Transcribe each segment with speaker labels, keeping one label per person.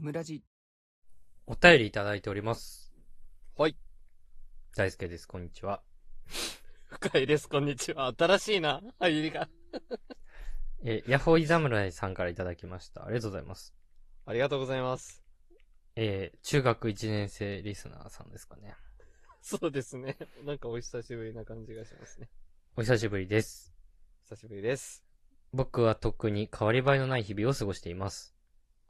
Speaker 1: むらじ。
Speaker 2: お便りいただいております。
Speaker 3: はい。
Speaker 2: 大輔です、こんにちは。
Speaker 3: 深いです、こんにちは。新しいな、入りが。
Speaker 2: え、ヤホイ侍さんからいただきました。ありがとうございます。
Speaker 3: ありがとうございます。
Speaker 2: えー中学1年生リスナーさんですかね。
Speaker 3: そうですね。なんかお久しぶりな感じがしますね。
Speaker 2: お久しぶりです。
Speaker 3: 久しぶりです。
Speaker 2: 僕は特に変わり映えのない日々を過ごしています。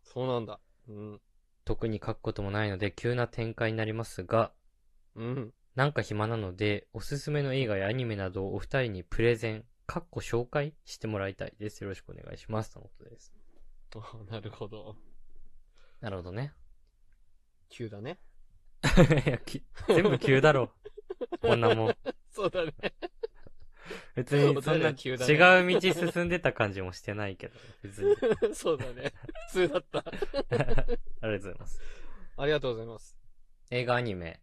Speaker 3: そうなんだ。うん。
Speaker 2: 特に書くこともないので急な展開になりますが、
Speaker 3: うん。
Speaker 2: なんか暇なので、おすすめの映画やアニメなどをお二人にプレゼン、かっこ紹介してもらいたいです。よろしくお願いします。とのことです。
Speaker 3: あなるほど。
Speaker 2: なるほどね。
Speaker 3: 急だね。
Speaker 2: いやき全部急だろ。こんなもん。
Speaker 3: そうだね。
Speaker 2: 別にそんな
Speaker 3: お便りは急だ
Speaker 2: 違う道進んでた感じもしてないけど、別 に。
Speaker 3: そうだね。普通だった。
Speaker 2: ありがとうございます。
Speaker 3: ありがとうございます。
Speaker 2: 映画アニメ、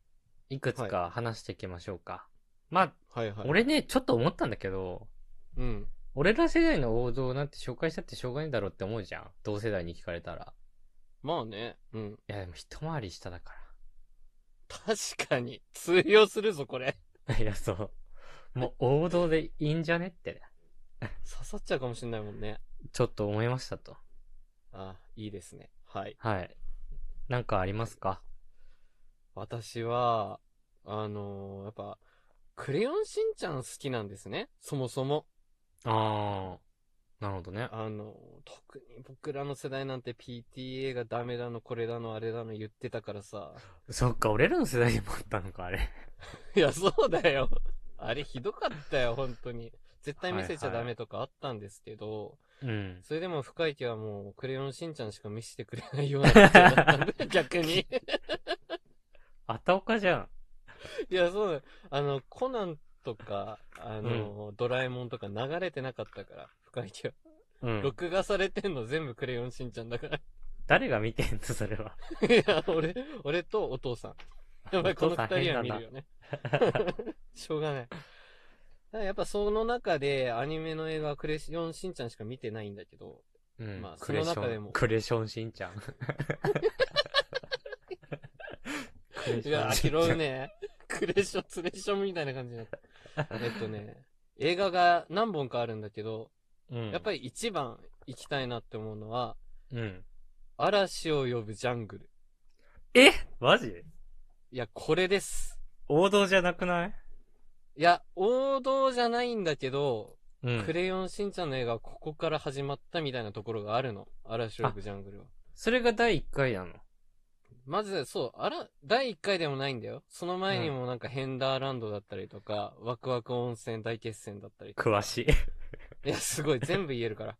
Speaker 2: いくつか話していきましょうか。まあ、
Speaker 3: はいはい。
Speaker 2: 俺ね、ちょっと思ったんだけど、
Speaker 3: うん。
Speaker 2: 俺ら世代の王道なんて紹介したってしょうがないだろうって思うじゃん。同世代に聞かれたら。
Speaker 3: まあね。うん。
Speaker 2: いや、でも一回り下だから。
Speaker 3: 確かに。通用するぞ、これ。
Speaker 2: いや、そう。もう王道でいいんじゃねってね、
Speaker 3: 刺さっちゃうかもしんないもんね。
Speaker 2: ちょっと思いましたと。
Speaker 3: あいいですね。はい。
Speaker 2: はい。なんかありますか
Speaker 3: 私は、あのーやっぱ、クレヨンしんちゃん好きなんですね。そもそも。
Speaker 2: あー。なるほどね。
Speaker 3: あのー特に僕らの世代なんて PTA がダメだの、これだの、あれだの言ってたからさ。
Speaker 2: そっか、俺らの世代でもあったのか、あれ。
Speaker 3: いや、そうだよ。あれひどかったよ、本当に。絶対見せちゃダメとかあったんですけど、
Speaker 2: うん。
Speaker 3: それでも深い木はもう、クレヨンしんちゃんしか見せてくれないような人だったんで、逆に。
Speaker 2: あたおかじゃん。
Speaker 3: いや、そうだ。あの、コナンとか、あの、ドラえもんとか流れてなかったから、深い木は。
Speaker 2: うん。
Speaker 3: 録画されてんの全部クレヨンしんちゃん だから。
Speaker 2: 誰が見てんの、 それは。
Speaker 3: いや、俺、俺とお父さん。やばい、この
Speaker 2: お父
Speaker 3: 二
Speaker 2: さん
Speaker 3: 人
Speaker 2: 変
Speaker 3: は見
Speaker 2: だな
Speaker 3: るよね。 しょうがない。だからやっぱその中で、アニメの映画はクレヨンしんちゃんしか見てないんだけど、
Speaker 2: うん。
Speaker 3: まあ
Speaker 2: クレシ
Speaker 3: その中で
Speaker 2: ョン、
Speaker 3: も
Speaker 2: クレションしんちゃん。クレ
Speaker 3: い
Speaker 2: ショ
Speaker 3: や、
Speaker 2: ンし
Speaker 3: 拾
Speaker 2: んちゃん
Speaker 3: うね。クレション、ツレションみたいな感じに なった。えっとね、映画が何本かあるんだけど、
Speaker 2: うん。
Speaker 3: やっぱ
Speaker 2: り。
Speaker 3: り一番行きたいなって思うのは、
Speaker 2: うん。
Speaker 3: 嵐を呼ぶジャングル。
Speaker 2: えマジ
Speaker 3: いや、これです。
Speaker 2: 王道じゃなくない
Speaker 3: いや、王道じゃないんだけど、
Speaker 2: う
Speaker 3: ク
Speaker 2: ん。
Speaker 3: レヨンしんちゃんの映画はここから始まったみたいなところがあるの。嵐を呼ぶジャングルは。
Speaker 2: それが第1回なの。
Speaker 3: まず、そう、あら、第1回でもないんだよ。その前にもなんかヘンダーランドだったりとか、ワクワク温泉大決戦だっ たりとか
Speaker 2: 詳しい。
Speaker 3: いや、すごい。全部言え るから。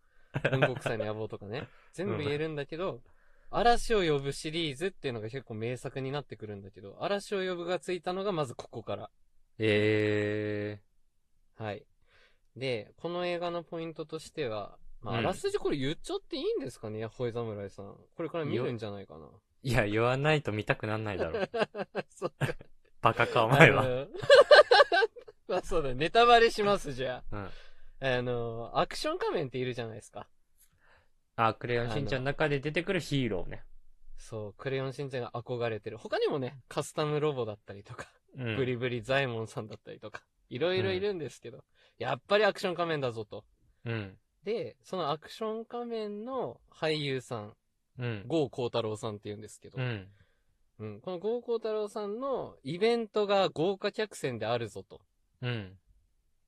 Speaker 3: 文国祭の野望とかね。全部言えるんだけど、嵐を呼ぶシリーズっていうのが結構名作になってくるんだけど、嵐を呼ぶがついたのがまずここから。
Speaker 2: え
Speaker 3: はい。で、この映画のポイントとしては、まあ、
Speaker 2: う
Speaker 3: あ
Speaker 2: ん
Speaker 3: らすじこれ言っちゃっていいんですかね、ヤホイ侍さん。これから見るんじゃないかな。
Speaker 2: ー。いや、言わないと見たくなんないだろ。
Speaker 3: そう
Speaker 2: バカか、お前
Speaker 3: あ
Speaker 2: は。
Speaker 3: の まあ、そうだ、ネタバレします、じゃ
Speaker 2: うん。
Speaker 3: あ。あの、アクション仮面っているじゃないですか。
Speaker 2: あ、クレヨンしんちゃんの中で出てくるヒーローね。
Speaker 3: そう、クレヨンしんちゃんが憧れてる。他にもね、カスタムロボだったりとか、
Speaker 2: うん。
Speaker 3: ブリブリザイモンさんだったりとか、いろいろいるんですけど、やっぱりアクション仮面だぞと。
Speaker 2: うん。
Speaker 3: で、そのアクション仮面の俳優さん、
Speaker 2: うん。
Speaker 3: 郷光太郎さんって言うんですけど、
Speaker 2: うん。
Speaker 3: うんこの郷光太郎さんのイベントが豪華客船であるぞと。
Speaker 2: うん。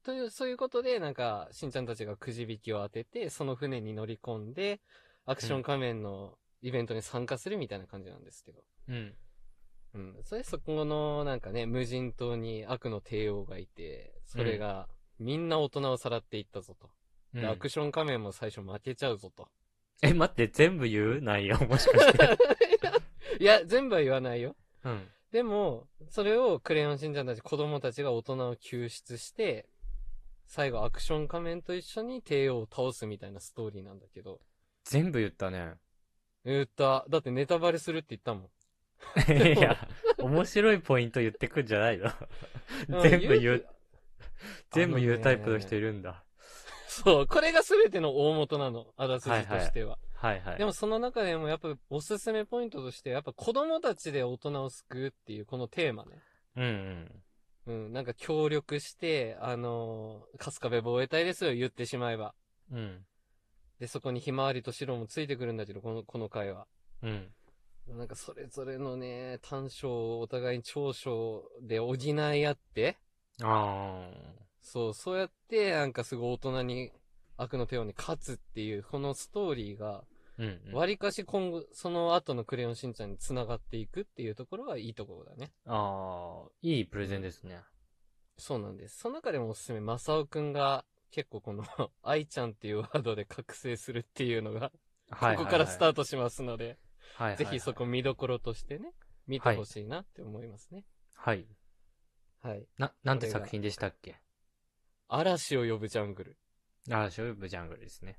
Speaker 3: という、そういうことで、なんか、しんちゃんたちがくじ引きを当てて、その船に乗り込んで、アクション仮面のイベントに参加するみたいな感じなんですけど。
Speaker 2: うん。
Speaker 3: うん。それそこの、なんかね、無人島に悪の帝王がいて、それが、みんな大人をさらっていったぞと。
Speaker 2: う
Speaker 3: でア
Speaker 2: ん
Speaker 3: クション仮面も最初負けちゃうぞと。
Speaker 2: え、待って、全部言う 内容もしかして。
Speaker 3: いや、全部は言わないよ。
Speaker 2: うん。
Speaker 3: でも、それをクレヨンしんちゃんたち子供たちが大人を救出して、最後アクション仮面と一緒に帝王を倒すみたいなストーリーなんだけど。
Speaker 2: 全部言ったね。
Speaker 3: 言った。だってネタバレするって言ったもん。
Speaker 2: いや、 面白いポイント言ってくんじゃないの
Speaker 3: うん
Speaker 2: 全部言う、。全部言
Speaker 3: あの
Speaker 2: う
Speaker 3: ね
Speaker 2: タイプの人いるんだ。
Speaker 3: そう、これが全ての大元なの。あらすじとしては。
Speaker 2: ははいはい。
Speaker 3: でもその中でもやっぱおすすめポイントとして、やっぱ子供たちで大人を救うっていうこのテーマね。
Speaker 2: うんうん。
Speaker 3: うん、なんか協力して、あのー、春日部防衛隊ですよ、言ってしまえば。
Speaker 2: うん。
Speaker 3: で、そこにひまわりと白もついてくるんだけど、この、この回は。
Speaker 2: うん。
Speaker 3: なんかそれぞれのね、短所をお互いに長所で補い合って、
Speaker 2: あ
Speaker 3: そう、そうやって、なんかすごい大人に、悪の手をに勝つっていう、このストーリーが、
Speaker 2: ー。うん、うん。
Speaker 3: 割かし今後、その後のクレヨンしんちゃんに繋がっていくっていうところはいいところだね。
Speaker 2: ああ、いいプレゼンですね。
Speaker 3: そうなんです。その中でもおすすめ、まさおくんが、結構この、 愛ちゃんっていうワードで覚醒するっていうのが、
Speaker 2: は
Speaker 3: こ
Speaker 2: い
Speaker 3: こからスター
Speaker 2: ト。
Speaker 3: トしますので、
Speaker 2: はいはいはい
Speaker 3: ぜひそこ。見どころとしてね、見てほしいなって思いますね。
Speaker 2: はい。
Speaker 3: はい。
Speaker 2: な、なんて
Speaker 3: これが
Speaker 2: 作品でしたっけ
Speaker 3: 嵐を呼ぶジャングル。
Speaker 2: ああ、ショーブジャングルですね。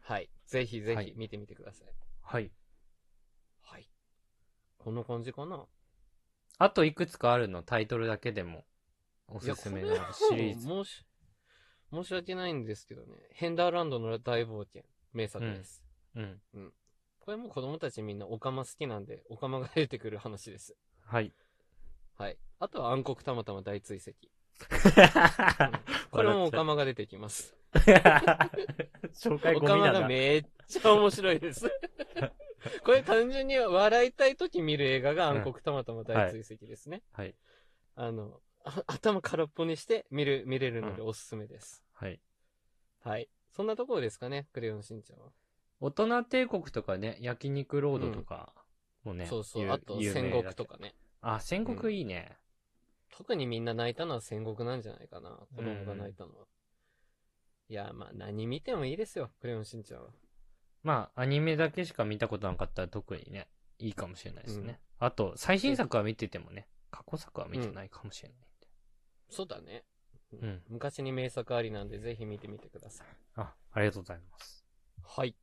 Speaker 3: はい。ぜひぜ
Speaker 2: は
Speaker 3: ひ
Speaker 2: い
Speaker 3: 見てみてください。
Speaker 2: はい。
Speaker 3: はい。こんな感じかな。
Speaker 2: あといくつかあるの、タイトルだけでも。お
Speaker 3: い
Speaker 2: す
Speaker 3: や、
Speaker 2: す
Speaker 3: こ
Speaker 2: め
Speaker 3: れ
Speaker 2: の
Speaker 3: は
Speaker 2: シリーズ。
Speaker 3: 申し、申し訳ないんですけどね。ヘンダーランドの大冒険。名作です。
Speaker 2: うん。
Speaker 3: これも子供たちみんなオカマ好きなんで、オカマが出てくる話です。
Speaker 2: はい。
Speaker 3: はい。あとは暗黒たまたま大追跡。こ
Speaker 2: こ
Speaker 3: れもオ
Speaker 2: か
Speaker 3: カ
Speaker 2: ま。
Speaker 3: マが出てきます。
Speaker 2: 紹介
Speaker 3: オ
Speaker 2: ゴ
Speaker 3: カ
Speaker 2: ミ
Speaker 3: マ
Speaker 2: な
Speaker 3: が
Speaker 2: んだ。
Speaker 3: めっちゃ面白い です。これ単純に笑いたい時見る映画が暗黒たまたま大追跡ですね。
Speaker 2: はい。
Speaker 3: あの、 あ頭空っぽにして見る、見れるので
Speaker 2: う
Speaker 3: おすすめです。
Speaker 2: はい。
Speaker 3: はい。そんなところですかね、クレヨンしんちゃんは。
Speaker 2: 大人帝国とかね、焼肉ロードとかもね。
Speaker 3: そうそう。
Speaker 2: ゆ
Speaker 3: あと、
Speaker 2: 有名
Speaker 3: 戦
Speaker 2: だけ
Speaker 3: 国とかね。
Speaker 2: あ、戦国いいね。
Speaker 3: 特にみんな泣いたのは戦国なんじゃないかな。子供が泣いたのは。いや、まあ、何見てもいいですよ、クレヨンしんちゃんは。
Speaker 2: まあ、アニメだけしか見たことなかったら特にね、いいかもしれないですね。あと、最新作は見ててもね、過去作は見てないかもしれないんで。
Speaker 3: そうだね。
Speaker 2: うん
Speaker 3: 昔に名作ありなんで、ぜひ見てみてください。
Speaker 2: あ、ありがとうございます。
Speaker 3: はい。